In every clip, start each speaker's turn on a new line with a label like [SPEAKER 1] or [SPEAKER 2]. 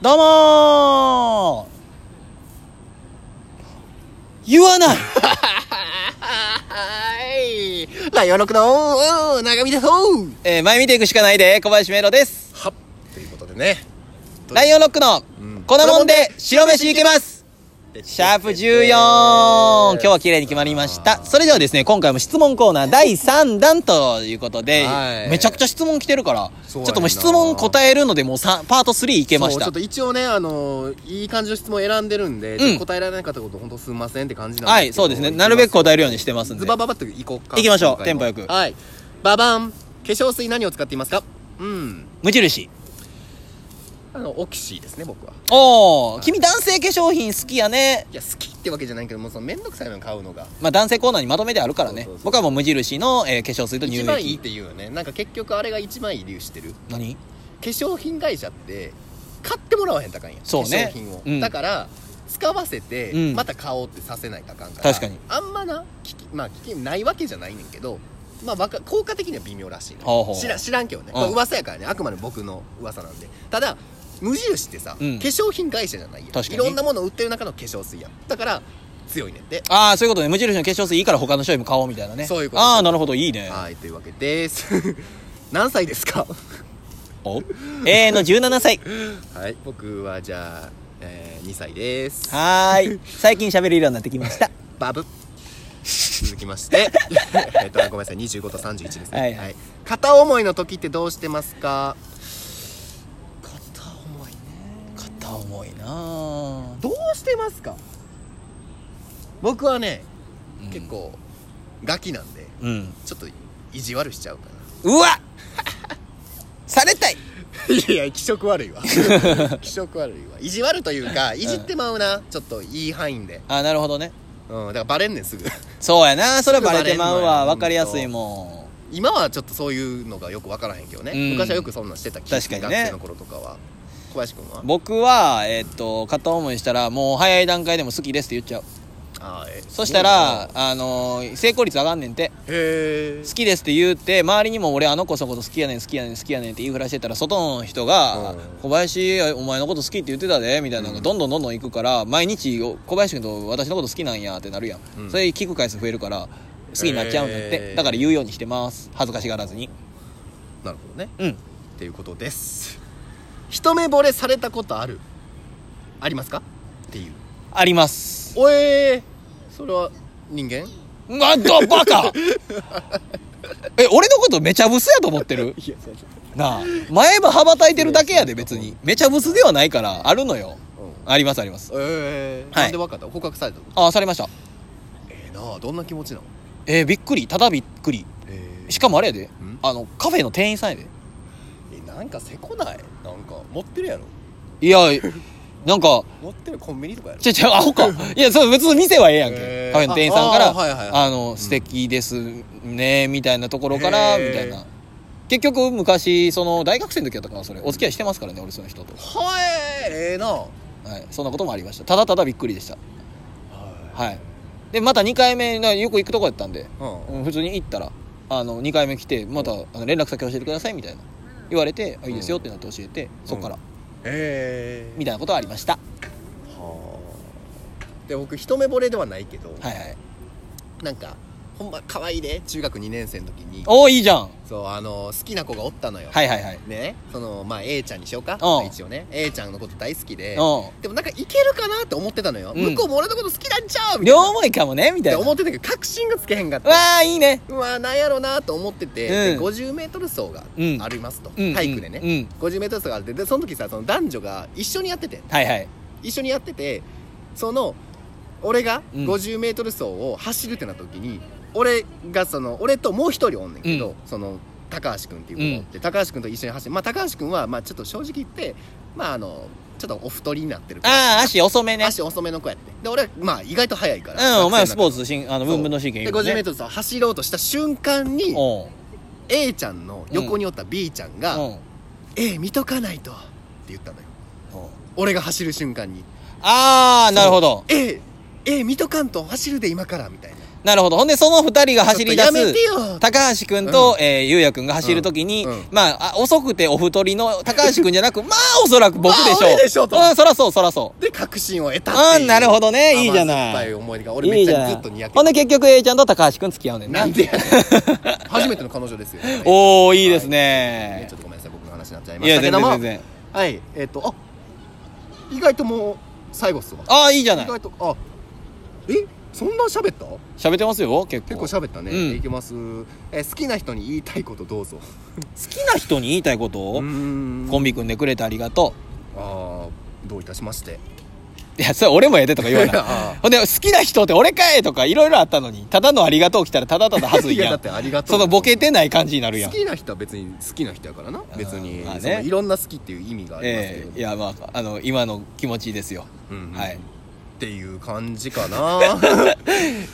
[SPEAKER 1] どうもー言わない
[SPEAKER 2] はい。ライオンロックの、うん長見です。ほう
[SPEAKER 1] えー前見ていくしかないで、小林明朗です。
[SPEAKER 2] はっ。ということでね。
[SPEAKER 1] ライオンロックの
[SPEAKER 2] うん、
[SPEAKER 1] こんなもんで白飯いけますシャープ14今日は綺麗に決まりました。それではですね、今回も質問コーナー第3弾ということで、
[SPEAKER 2] はい
[SPEAKER 1] めちゃくちゃ質問来てるから、ち
[SPEAKER 2] そ
[SPEAKER 1] ょ
[SPEAKER 2] う
[SPEAKER 1] っ
[SPEAKER 2] やんな
[SPEAKER 1] ともう質問答えるので、もうさパート3いけまし
[SPEAKER 2] そうち
[SPEAKER 1] た
[SPEAKER 2] ょっ。と一応ね、あのー、いい感じの質問選んでるんで、
[SPEAKER 1] うん
[SPEAKER 2] 答えられなかったこと本当すみませんって感じなん
[SPEAKER 1] は
[SPEAKER 2] で
[SPEAKER 1] い、
[SPEAKER 2] すけど。
[SPEAKER 1] そうですね。なるべく答えるようにしてますんで。
[SPEAKER 2] ズバババッと行こうか。
[SPEAKER 1] 行きましょう
[SPEAKER 2] 今回も
[SPEAKER 1] テンポよく
[SPEAKER 2] はい。ババン。化粧水何を使っていますかうん。
[SPEAKER 1] 無印。
[SPEAKER 2] あの、オキシーですね、僕は。
[SPEAKER 1] おー、君男性化粧品好きやね。
[SPEAKER 2] いや、好きってわけじゃないけど、もうそのめんどくさいの買うのが。
[SPEAKER 1] まあ、男性コーナーにまとめてあるからね
[SPEAKER 2] そうそうそう
[SPEAKER 1] 僕はもう無印の、えー化粧水と乳
[SPEAKER 2] 一
[SPEAKER 1] 液
[SPEAKER 2] 番いいって言うよね。なんか結局あれが一番いい理由してる。
[SPEAKER 1] 何
[SPEAKER 2] 化粧品会社って買ってもらわへんとあかんやん
[SPEAKER 1] そうね
[SPEAKER 2] 化粧品を、
[SPEAKER 1] うん
[SPEAKER 2] だから使わせて
[SPEAKER 1] うん
[SPEAKER 2] また買おうってさせないとあかんから
[SPEAKER 1] 確かに
[SPEAKER 2] あんまな聞きまあ聞きないわけじゃないねんけどまあわか効果的には微妙らしいね
[SPEAKER 1] ほうほう
[SPEAKER 2] 知ら知らんけど
[SPEAKER 1] う
[SPEAKER 2] ね、
[SPEAKER 1] ん
[SPEAKER 2] これ噂やからねあくまで僕の噂なんでただ無印ってさ、
[SPEAKER 1] うん
[SPEAKER 2] 化粧品会社じゃないやん
[SPEAKER 1] 確かに
[SPEAKER 2] いろんなもの売ってる中の化粧水やんだから強いねんで
[SPEAKER 1] ああそういうことね無印の化粧水いいから他の商品も買おうみたいなね
[SPEAKER 2] そういうこと
[SPEAKER 1] ああなるほどいいね
[SPEAKER 2] はいというわけです 何歳ですか
[SPEAKER 1] おえーの17歳
[SPEAKER 2] はい僕はじゃあ、えー、2歳です
[SPEAKER 1] はーい最近喋れるようになってきました
[SPEAKER 2] バブ続きまして えっとごめんなさい25と31ですね
[SPEAKER 1] はいはい
[SPEAKER 2] 片思いの時ってどうしてますか片思いね
[SPEAKER 1] 片思いなあ
[SPEAKER 2] どうしてますか僕はね、
[SPEAKER 1] うん
[SPEAKER 2] 結構ガキなんで
[SPEAKER 1] うん
[SPEAKER 2] ちょっと意地悪しちゃうか
[SPEAKER 1] うわされたい
[SPEAKER 2] な いやいや気色悪いわ 気色悪いわ意地悪というかいじってまうなちょっといい範囲で、
[SPEAKER 1] ああなるほどね
[SPEAKER 2] うん、だからバレんねんすぐ
[SPEAKER 1] そうやなそれバレてまうわ
[SPEAKER 2] すぐバレんのよ
[SPEAKER 1] わかりやすいも
[SPEAKER 2] 今はちょっとそういうのがよく分からへんけどね、
[SPEAKER 1] うん
[SPEAKER 2] 昔はよくそんなんしてた気がする
[SPEAKER 1] 確かにね
[SPEAKER 2] 学生の頃とかは小林君は
[SPEAKER 1] ん僕はえーっと片思いしたらもう早い段階でも好きですって言っちゃう
[SPEAKER 2] あーえー
[SPEAKER 1] そした
[SPEAKER 2] す
[SPEAKER 1] らあのー成功率上がんねんて
[SPEAKER 2] ごいなへえ
[SPEAKER 1] 好きですって言って周りにも俺あの子のこと好きやねん好きやねん好きやねんって言いふらしてたら外の人が
[SPEAKER 2] うん
[SPEAKER 1] 「小林お前のこと好きって言ってたで」みたいなのが
[SPEAKER 2] うん
[SPEAKER 1] どんどんどんどん行くから毎日小林君と私のこと好きなんやってなるやん、
[SPEAKER 2] うん
[SPEAKER 1] それ聞く回数増えるから好きになっちゃうんだって、
[SPEAKER 2] へー
[SPEAKER 1] だから言うようにしてます恥ずかしがらずに
[SPEAKER 2] なるほどね
[SPEAKER 1] うん
[SPEAKER 2] っていうことです一目惚れされたことあるありますかっていう
[SPEAKER 1] あります
[SPEAKER 2] おえー、それは人間
[SPEAKER 1] なんだバ カえ俺のことめちゃブスやと思ってる
[SPEAKER 2] いやそう
[SPEAKER 1] なあ前歯羽ばたいてるだけやで別にめちゃブスではないからあるのよありますあります
[SPEAKER 2] うんえー
[SPEAKER 1] はい
[SPEAKER 2] なんでわかった告白されたの
[SPEAKER 1] ああされました
[SPEAKER 2] ええなあどんな気持ちなの
[SPEAKER 1] えー、びっくりただびっくり
[SPEAKER 2] え
[SPEAKER 1] しかもあれやで
[SPEAKER 2] ん
[SPEAKER 1] あのカフェの店員さんやで
[SPEAKER 2] えなんかせこないなんか持ってるやろ
[SPEAKER 1] いや なんか
[SPEAKER 2] 持ってるコンビニとかやろ
[SPEAKER 1] ちょちょアホ かいやそう別に店はええやんけ、
[SPEAKER 2] へー
[SPEAKER 1] カフェの店員さんから
[SPEAKER 2] ああはいはいはい
[SPEAKER 1] あの素敵ですね」みたいなところから
[SPEAKER 2] へー
[SPEAKER 1] みたいな結局昔その大学生の時やったかなそれお付き合いしてますからね俺その人と、
[SPEAKER 2] はえー、ええなは
[SPEAKER 1] はい、そんなこともありましたただただびっくりでしたはいでまた2回目なよく行くとこやったんで
[SPEAKER 2] うん
[SPEAKER 1] うん普通に行ったらあの2回目来てまたあの連絡先教えてくださいみたいな言われてあいいですよってなって教えてそっから
[SPEAKER 2] え
[SPEAKER 1] みたいなことはありました
[SPEAKER 2] ー、はあで僕一目惚れではないけど、
[SPEAKER 1] はいはい
[SPEAKER 2] なんかほんま可愛いね中学2年生の時に
[SPEAKER 1] おおいいじゃん
[SPEAKER 2] そうあの好きな子がおったのよ、
[SPEAKER 1] はいはいはい
[SPEAKER 2] ねそのまあ A ちゃんにしようか
[SPEAKER 1] うん
[SPEAKER 2] 一応ね A ちゃんのこと大好き
[SPEAKER 1] う
[SPEAKER 2] ででもなんかいけるかなって思ってたのよ、
[SPEAKER 1] うん
[SPEAKER 2] 向こうも俺のこと好きなんちゃうんみたい
[SPEAKER 1] 両
[SPEAKER 2] なっ
[SPEAKER 1] 思いかもねみた
[SPEAKER 2] て
[SPEAKER 1] いな
[SPEAKER 2] 思
[SPEAKER 1] わ
[SPEAKER 2] ってたけど確信がつけへんかった
[SPEAKER 1] あいいね
[SPEAKER 2] うわなんやろなと思ってて、
[SPEAKER 1] うん
[SPEAKER 2] で 50m 走が
[SPEAKER 1] うん
[SPEAKER 2] ありますと、
[SPEAKER 1] うん
[SPEAKER 2] 体育でね、
[SPEAKER 1] うん
[SPEAKER 2] 50m 走があってでその時さその男女が一緒にやってて
[SPEAKER 1] はいはい
[SPEAKER 2] 一緒にやっててその俺が
[SPEAKER 1] うん
[SPEAKER 2] 50m 走を走るってなった時に、俺がその俺ともう一人おんねんけど、
[SPEAKER 1] うん
[SPEAKER 2] その高橋君っていう子がおって、高橋君と一緒に走るまあ高橋君はまあちょっと正直言ってまああのちょっとお太りになってるから
[SPEAKER 1] ああ足遅めね
[SPEAKER 2] 足遅めの子やってで俺はまあ意外と速いから
[SPEAKER 1] うんお前はスポー
[SPEAKER 2] ツ
[SPEAKER 1] ツしんあの文文の神経いい
[SPEAKER 2] で
[SPEAKER 1] もんね
[SPEAKER 2] 50m 走を走ろうとした瞬間に
[SPEAKER 1] おう
[SPEAKER 2] A ちゃんの横におった B ちゃんが「
[SPEAKER 1] うん
[SPEAKER 2] A 見とかないと」って言ったのよ
[SPEAKER 1] おう
[SPEAKER 2] 俺が走る瞬間に
[SPEAKER 1] ああなるほど
[SPEAKER 2] ええええ見とかんと走るで今からみたいな
[SPEAKER 1] なるほど。ほんで、その二人が走り出
[SPEAKER 2] ちょっとやめてよ
[SPEAKER 1] す、高橋くんと、えー、ゆうやくんが走るときに、
[SPEAKER 2] うんうん
[SPEAKER 1] まああ、遅くてお太りの高橋くんじゃなく、まあ、おそらく僕でしょう。
[SPEAKER 2] まあ俺でしょと
[SPEAKER 1] うん、そらそう、そらそう。
[SPEAKER 2] で確信を得たっていう
[SPEAKER 1] あーなるほどねいいじゃない
[SPEAKER 2] 甘酸っぱい思い出が俺
[SPEAKER 1] い
[SPEAKER 2] め
[SPEAKER 1] い
[SPEAKER 2] っち
[SPEAKER 1] じ
[SPEAKER 2] ゃ
[SPEAKER 1] ゃ
[SPEAKER 2] ず
[SPEAKER 1] ん
[SPEAKER 2] っとにや。け
[SPEAKER 1] ほんで、結局、A ちゃんと高橋くん付き合うねん
[SPEAKER 2] なんでやねん初めての彼女ですよ
[SPEAKER 1] おー、いいです
[SPEAKER 2] はい
[SPEAKER 1] ね
[SPEAKER 2] ちょ。っとごめんなさい僕の話になっちゃいま
[SPEAKER 1] い
[SPEAKER 2] し
[SPEAKER 1] や、
[SPEAKER 2] たけ
[SPEAKER 1] 全
[SPEAKER 2] ど
[SPEAKER 1] 然
[SPEAKER 2] も
[SPEAKER 1] 全然。
[SPEAKER 2] はいえっ、とあ意外ともう最後っすわ
[SPEAKER 1] ああ、いいじゃな
[SPEAKER 2] 意
[SPEAKER 1] い。
[SPEAKER 2] 外とあえそんな喋った
[SPEAKER 1] 喋ってますよ、結
[SPEAKER 2] 結
[SPEAKER 1] 構。
[SPEAKER 2] 構喋ったね、
[SPEAKER 1] うん
[SPEAKER 2] いきますえ好きな人に言いたいことどうぞ
[SPEAKER 1] 好きな人に言いたいことを、コン
[SPEAKER 2] ビ
[SPEAKER 1] ビ組んでくれてありがと
[SPEAKER 2] ああどういたしまして。
[SPEAKER 1] う。いや、それ俺もやでとか言わな
[SPEAKER 2] あ
[SPEAKER 1] ほんで、好きな人って俺かいとかいろいろあったのに、ただのありがとう来たらただただは
[SPEAKER 2] ー
[SPEAKER 1] ずい
[SPEAKER 2] いや
[SPEAKER 1] や
[SPEAKER 2] だ
[SPEAKER 1] ん
[SPEAKER 2] っ。てありがとう
[SPEAKER 1] そのボケてない感じになるやん
[SPEAKER 2] 好。きな人は別に好きな人やからな別に、
[SPEAKER 1] まあね
[SPEAKER 2] そのいろんな好きっていう意味がありますけ
[SPEAKER 1] え
[SPEAKER 2] ど、
[SPEAKER 1] えいや、まあ、あの、今の気持ちですよ。
[SPEAKER 2] うんうん
[SPEAKER 1] はい
[SPEAKER 2] っていう感じか なは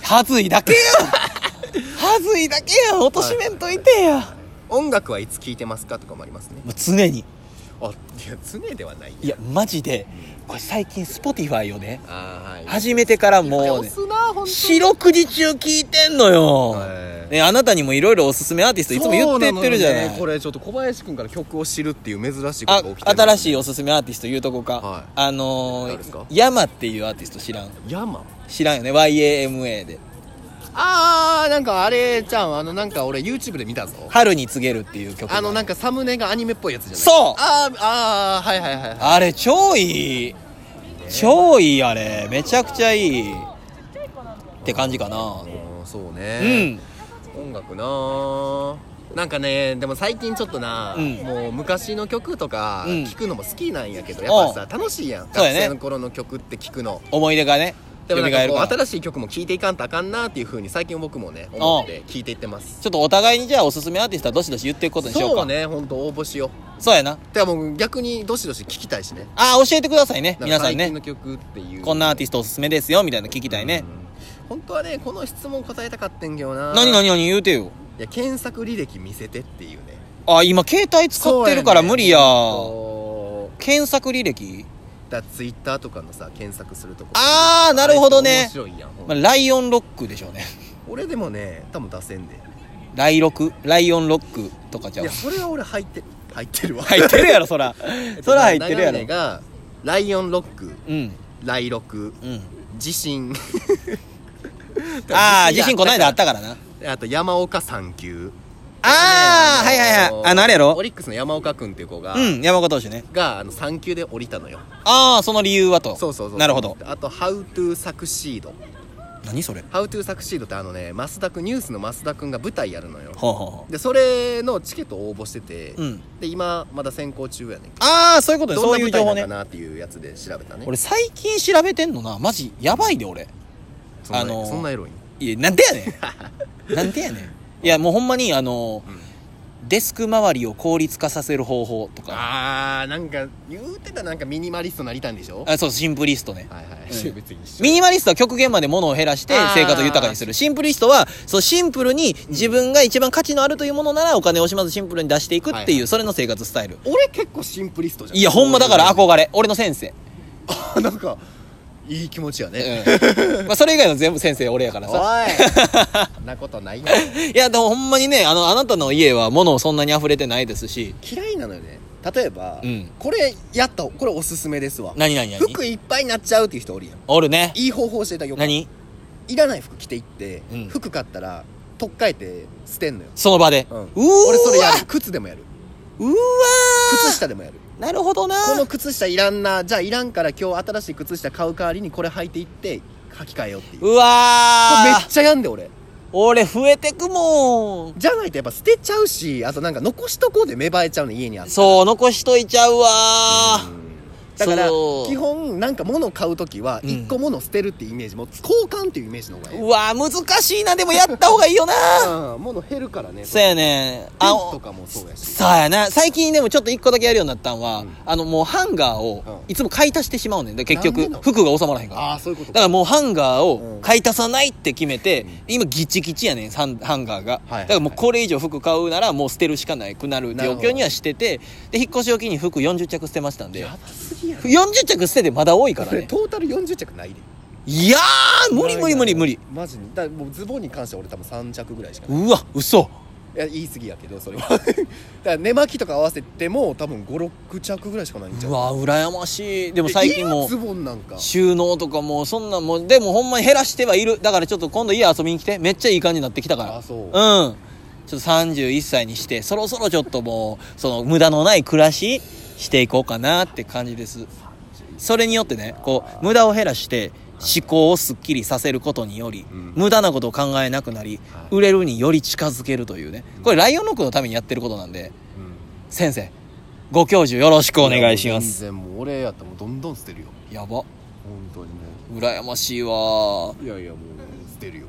[SPEAKER 1] はずいだけやはずいだけや落としめんといてや、
[SPEAKER 2] い音楽はいつ聴いてますかとかもありますね
[SPEAKER 1] もう常に。
[SPEAKER 2] あいや常ではない
[SPEAKER 1] いや、マジで、これ最近 Spotify をね、
[SPEAKER 2] あーはい
[SPEAKER 1] 始めてからもう
[SPEAKER 2] 押
[SPEAKER 1] ね、
[SPEAKER 2] すな本当に
[SPEAKER 1] 四六時中聞いてんのよ。
[SPEAKER 2] はい
[SPEAKER 1] ね、あなたにもいろいろおすすめアーティストいつも言ってってるじゃない。
[SPEAKER 2] そうのよねこれちょっと小林君から曲を知るっていう珍しいこと
[SPEAKER 1] あ
[SPEAKER 2] が起きてますね
[SPEAKER 1] 新しいおすすめアーティスト言うとこか、
[SPEAKER 2] はい
[SPEAKER 1] あの
[SPEAKER 2] 誰ですか
[SPEAKER 1] ー、山っていうアーティスト知らん
[SPEAKER 2] 山
[SPEAKER 1] 知らんよね YAMA で
[SPEAKER 2] ああなんかあれちゃんあのなんか俺 YouTube で見たぞ
[SPEAKER 1] 「春に告げる」っていう曲が
[SPEAKER 2] あのなんかサムネがアニメっぽいやつじゃない
[SPEAKER 1] そう
[SPEAKER 2] あーあーはいはいはいはい
[SPEAKER 1] あれ超いい超いいあれめちゃくちゃいいって感じかな
[SPEAKER 2] うんそう
[SPEAKER 1] う
[SPEAKER 2] ね
[SPEAKER 1] ん
[SPEAKER 2] 音楽なーなんかねでも最近ちょっとな、
[SPEAKER 1] うん
[SPEAKER 2] もう昔の曲とか
[SPEAKER 1] うん
[SPEAKER 2] 聞くのも好きなんやけど、やっぱ
[SPEAKER 1] お
[SPEAKER 2] さ楽しいやん
[SPEAKER 1] そうやね
[SPEAKER 2] 学生の頃の曲って聞くの
[SPEAKER 1] 思い出がね
[SPEAKER 2] でもなんか
[SPEAKER 1] 蘇る
[SPEAKER 2] こう
[SPEAKER 1] から
[SPEAKER 2] 新しい曲も聴いていかんとあかんなっていう風に最近僕もね思って聴いていってます
[SPEAKER 1] ちょっとお互いにじゃあおすすめアーティストはどしどし言っていくことにしようか
[SPEAKER 2] そうね本当応募しよ
[SPEAKER 1] そうやな
[SPEAKER 2] うでもう逆にどしどし聞きたいしね
[SPEAKER 1] あー教えてくださいね皆さん
[SPEAKER 2] 最近
[SPEAKER 1] ね
[SPEAKER 2] の曲っていう
[SPEAKER 1] こんなアーティス
[SPEAKER 2] ス
[SPEAKER 1] トおすすめですよみたいなの聞きたいね、
[SPEAKER 2] 本当はねこの質問答えたかってんけどな
[SPEAKER 1] 何何々言うてよ
[SPEAKER 2] いや検索履歴見せてっていうね
[SPEAKER 1] あ今携帯使ってるから無理や
[SPEAKER 2] そう
[SPEAKER 1] 検索履歴
[SPEAKER 2] やねだツイッターとかのさ検索するとこ
[SPEAKER 1] あーなるほどね
[SPEAKER 2] 面白いやん、ほん
[SPEAKER 1] ま
[SPEAKER 2] と
[SPEAKER 1] あ、ライオンロックでしょうね
[SPEAKER 2] 俺でもね多分出せんで
[SPEAKER 1] ライロクライオンロックとかじゃ
[SPEAKER 2] いうやそれは俺入って入ってるわ
[SPEAKER 1] 入ってるやろそら そら入ってるや
[SPEAKER 2] 流れ
[SPEAKER 1] ろ
[SPEAKER 2] がライオンロック
[SPEAKER 1] うん
[SPEAKER 2] ライロク
[SPEAKER 1] うん
[SPEAKER 2] 地震
[SPEAKER 1] ああ地震こないだあったからな
[SPEAKER 2] あと山岡三級
[SPEAKER 1] ああ
[SPEAKER 2] ね
[SPEAKER 1] はいはい
[SPEAKER 2] の
[SPEAKER 1] はい
[SPEAKER 2] ー
[SPEAKER 1] あのあれや
[SPEAKER 2] オ
[SPEAKER 1] ろ
[SPEAKER 2] リックスの山岡君っていう子が、
[SPEAKER 1] うん山岡投手ね
[SPEAKER 2] があの3級で降りたのよ
[SPEAKER 1] ああその理由はと
[SPEAKER 2] そうそうそう
[SPEAKER 1] なるほど
[SPEAKER 2] あと「How to Succeed」
[SPEAKER 1] 何それ
[SPEAKER 2] 「How to Succeed」ってあのね増田君ニュースの増田君が舞台やるのよ
[SPEAKER 1] ほうほうほ
[SPEAKER 2] でそれのチケットを応募してて、
[SPEAKER 1] ううん
[SPEAKER 2] で今まだ選考中やねんけ
[SPEAKER 1] ああそういうこと
[SPEAKER 2] ど
[SPEAKER 1] ね
[SPEAKER 2] ど
[SPEAKER 1] そう
[SPEAKER 2] んな
[SPEAKER 1] いう情
[SPEAKER 2] 舞台
[SPEAKER 1] 報
[SPEAKER 2] なのか
[SPEAKER 1] ね
[SPEAKER 2] なっていうやつで調べたね
[SPEAKER 1] 俺最近調べてんのなマジやばいで俺
[SPEAKER 2] そんな,、
[SPEAKER 1] あのー
[SPEAKER 2] そんなエロいん
[SPEAKER 1] いやなんでやねんなんでやねんいやもうほんまにあの
[SPEAKER 2] うん
[SPEAKER 1] デスク周りを効率化させる方法とか
[SPEAKER 2] あーなんか言うてたなんかミニマリストなりたいんでしょ
[SPEAKER 1] あそうシンプリストね
[SPEAKER 2] はいはい、
[SPEAKER 1] うん
[SPEAKER 2] 別に一緒
[SPEAKER 1] ミニマリストは極限まで物を減らして
[SPEAKER 2] あー
[SPEAKER 1] 生活を豊かにする。シンプリストは、そう、シンプルに自分が一番価値のあるというものならお金を惜しまずシンプルに出していくって
[SPEAKER 2] はい
[SPEAKER 1] い
[SPEAKER 2] は
[SPEAKER 1] う、それの生活スタイル。
[SPEAKER 2] 俺結構シンプリストじゃん
[SPEAKER 1] いや、ほんまだから憧れ。俺の先生。
[SPEAKER 2] あなんかいい気持ちやね、
[SPEAKER 1] うん。まあ、それ以外の全部先生俺や からさ。
[SPEAKER 2] おいそんなことないよ
[SPEAKER 1] いや、でもほんまにね、あの、あなたの家は物をそんなに溢れてないですし。
[SPEAKER 2] 嫌いなのよね例えば、
[SPEAKER 1] うん
[SPEAKER 2] これやったこれおすすめですわ
[SPEAKER 1] 何何何
[SPEAKER 2] 服いっぱいになっちゃうっていう人おるやん
[SPEAKER 1] おるね。
[SPEAKER 2] いい方法教えてあげようか
[SPEAKER 1] 何
[SPEAKER 2] いらない服着ていって、
[SPEAKER 1] うん
[SPEAKER 2] 服買ったら取っ替えて捨てんのよ、
[SPEAKER 1] その場で。
[SPEAKER 2] うん、
[SPEAKER 1] うーわ
[SPEAKER 2] 俺それやる靴でもやる
[SPEAKER 1] うーわ
[SPEAKER 2] 靴下でもやる
[SPEAKER 1] ーなるほどな
[SPEAKER 2] この靴下いらんなじゃあいらんから今日新しい靴下買う代わりにこれ履いていって履き替えようっていうこ
[SPEAKER 1] うわ
[SPEAKER 2] れ
[SPEAKER 1] ー
[SPEAKER 2] めっちゃやんで俺
[SPEAKER 1] 俺増えてくもん。
[SPEAKER 2] じゃないとやっぱ捨てちゃうしあとなんか残しとこうで芽生えちゃうの家にあって
[SPEAKER 1] そう、残しといちゃうわ
[SPEAKER 2] だから
[SPEAKER 1] そう
[SPEAKER 2] 基本なんか物を買う時は
[SPEAKER 1] うん
[SPEAKER 2] 1個物を捨てるっていうイメージも交換っていうイメージの方がいい、
[SPEAKER 1] ー。うわー、難しいな。でもやった方がいいよな。
[SPEAKER 2] うん、物減るからね
[SPEAKER 1] そうやね
[SPEAKER 2] ピン
[SPEAKER 1] あ
[SPEAKER 2] とかもそうやし
[SPEAKER 1] そうやな。最近でもちょっと一個だけやるようになったんは、
[SPEAKER 2] うん
[SPEAKER 1] あのもうハンガーを
[SPEAKER 2] うん
[SPEAKER 1] いつも買い足してしまうねん。で結
[SPEAKER 2] な
[SPEAKER 1] 局
[SPEAKER 2] んでな、
[SPEAKER 1] 服が収まらへんから。
[SPEAKER 2] ああそういうこと
[SPEAKER 1] だからもうハンガー
[SPEAKER 2] うん
[SPEAKER 1] を買い足さないって決めて、
[SPEAKER 2] うん
[SPEAKER 1] 今ギチギチやねんハンハンガーが、
[SPEAKER 2] はいはい
[SPEAKER 1] だからもうこれ以上服買うならもう捨てるしかないくなる
[SPEAKER 2] なる
[SPEAKER 1] 状
[SPEAKER 2] ほど
[SPEAKER 1] 況にはしててで引っ越しを機に服40着捨てましたんで
[SPEAKER 2] やばすぎやろ
[SPEAKER 1] 40着捨ててまだ多いから
[SPEAKER 2] これ
[SPEAKER 1] ね
[SPEAKER 2] トータル40着ないで
[SPEAKER 1] いやー無理無理無理無理
[SPEAKER 2] マジにだからもうズボンに関しては俺多分3着ぐらいしかないう
[SPEAKER 1] わ嘘
[SPEAKER 2] いや言い過ぎやけどそれは だから寝巻きとか合わせても多分56着ぐらいしかないんちゃ
[SPEAKER 1] う
[SPEAKER 2] う
[SPEAKER 1] わ羨ましいでも最近
[SPEAKER 2] いい
[SPEAKER 1] も
[SPEAKER 2] よズボンなんか
[SPEAKER 1] 収納とかもうそんなんもうでもほんまに減らしてはいるだからちょっと今度家遊びに来てめっちゃいい感じになってきたから
[SPEAKER 2] あそう
[SPEAKER 1] うんちょっと31歳にしてそろそろちょっともうその無駄のない暮らししていこうかなって感じですそれによってねこう無駄を減らして思考をすっきりさせることにより、
[SPEAKER 2] うん
[SPEAKER 1] 無駄なことを考えなくなり、
[SPEAKER 2] は
[SPEAKER 1] 売れるにより近づけるというねこれライオンノックのためにやってることなんで
[SPEAKER 2] うん
[SPEAKER 1] 先生ご教授よろしくお願いしま
[SPEAKER 2] い
[SPEAKER 1] す
[SPEAKER 2] やもう全然もう俺やったらもうどんどん捨てるよ
[SPEAKER 1] やば
[SPEAKER 2] 本当にね
[SPEAKER 1] 羨ましいわ
[SPEAKER 2] いやいやもう捨てるよ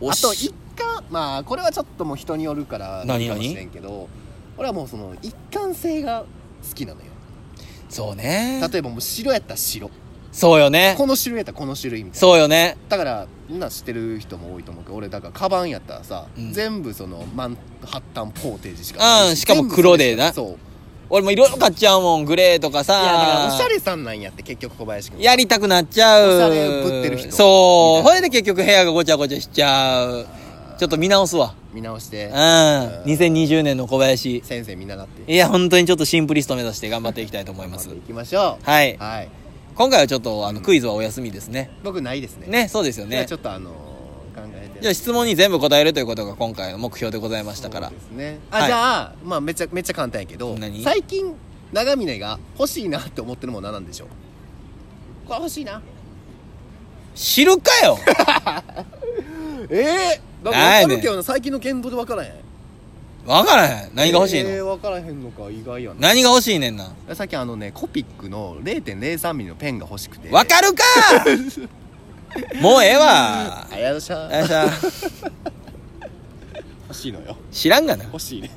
[SPEAKER 1] お
[SPEAKER 2] あ
[SPEAKER 1] し
[SPEAKER 2] と一貫まあこれはちょっともう人によるから
[SPEAKER 1] 何
[SPEAKER 2] かもしれんけど俺はもうその一貫性が好きなのよ
[SPEAKER 1] そうね
[SPEAKER 2] 例えばもう白やったら白
[SPEAKER 1] そうよね
[SPEAKER 2] この白やったらこの種類みたいな
[SPEAKER 1] そうよね
[SPEAKER 2] だからみんな知ってる人も多いと思うけど俺だからカバンやったらさ、
[SPEAKER 1] うん
[SPEAKER 2] 全部そのマンハッタンポーテージしか
[SPEAKER 1] うんしかも黒でな
[SPEAKER 2] そう
[SPEAKER 1] 俺もいろいろ買っちゃうもんグレーとか
[SPEAKER 2] いやだからお
[SPEAKER 1] さ
[SPEAKER 2] しゃれさんなんやって結局小林君
[SPEAKER 1] やりたくなっちゃう
[SPEAKER 2] おしゃれぶってる人
[SPEAKER 1] そう
[SPEAKER 2] み
[SPEAKER 1] ほ
[SPEAKER 2] た
[SPEAKER 1] れで結局部屋がごちゃごちゃしちゃうちょっと見直すわ
[SPEAKER 2] 見直し
[SPEAKER 1] う
[SPEAKER 2] て
[SPEAKER 1] ん2020年の小林
[SPEAKER 2] 先生見習って
[SPEAKER 1] いや本当にちょっとシンプリスト目指して頑張っていきたいと思いま
[SPEAKER 2] 頑張
[SPEAKER 1] す
[SPEAKER 2] っていきましょう
[SPEAKER 1] はい
[SPEAKER 2] はい
[SPEAKER 1] 今回はちょっとあの
[SPEAKER 2] うん
[SPEAKER 1] クイズはお休みですね
[SPEAKER 2] 僕ないですね
[SPEAKER 1] ねそうですよ
[SPEAKER 2] じゃあ
[SPEAKER 1] ね
[SPEAKER 2] ちょっとあのー考えて
[SPEAKER 1] じゃあ質問に全部答えるということが今回の目標でございましたから
[SPEAKER 2] そうですねあ、
[SPEAKER 1] はい
[SPEAKER 2] じゃあまあめちゃめちゃ簡単やけど
[SPEAKER 1] 何
[SPEAKER 2] 最近長峰が欲しいなって思ってるものは何なんでしょうこれ欲しいな
[SPEAKER 1] 知るかよ
[SPEAKER 2] ええだから分かるけどな最近の言動で分からへん
[SPEAKER 1] わからへん何が欲しい
[SPEAKER 2] えー
[SPEAKER 1] の
[SPEAKER 2] 分からへんのか意外やな
[SPEAKER 1] 何が欲しいねんな
[SPEAKER 2] さっきあのねコピックの0 0 3ミリのペンが欲しくて
[SPEAKER 1] わかる かもうええわ
[SPEAKER 2] あやだしゃ
[SPEAKER 1] あいさ
[SPEAKER 2] 欲しいのよ
[SPEAKER 1] 知らんがな
[SPEAKER 2] 欲しいね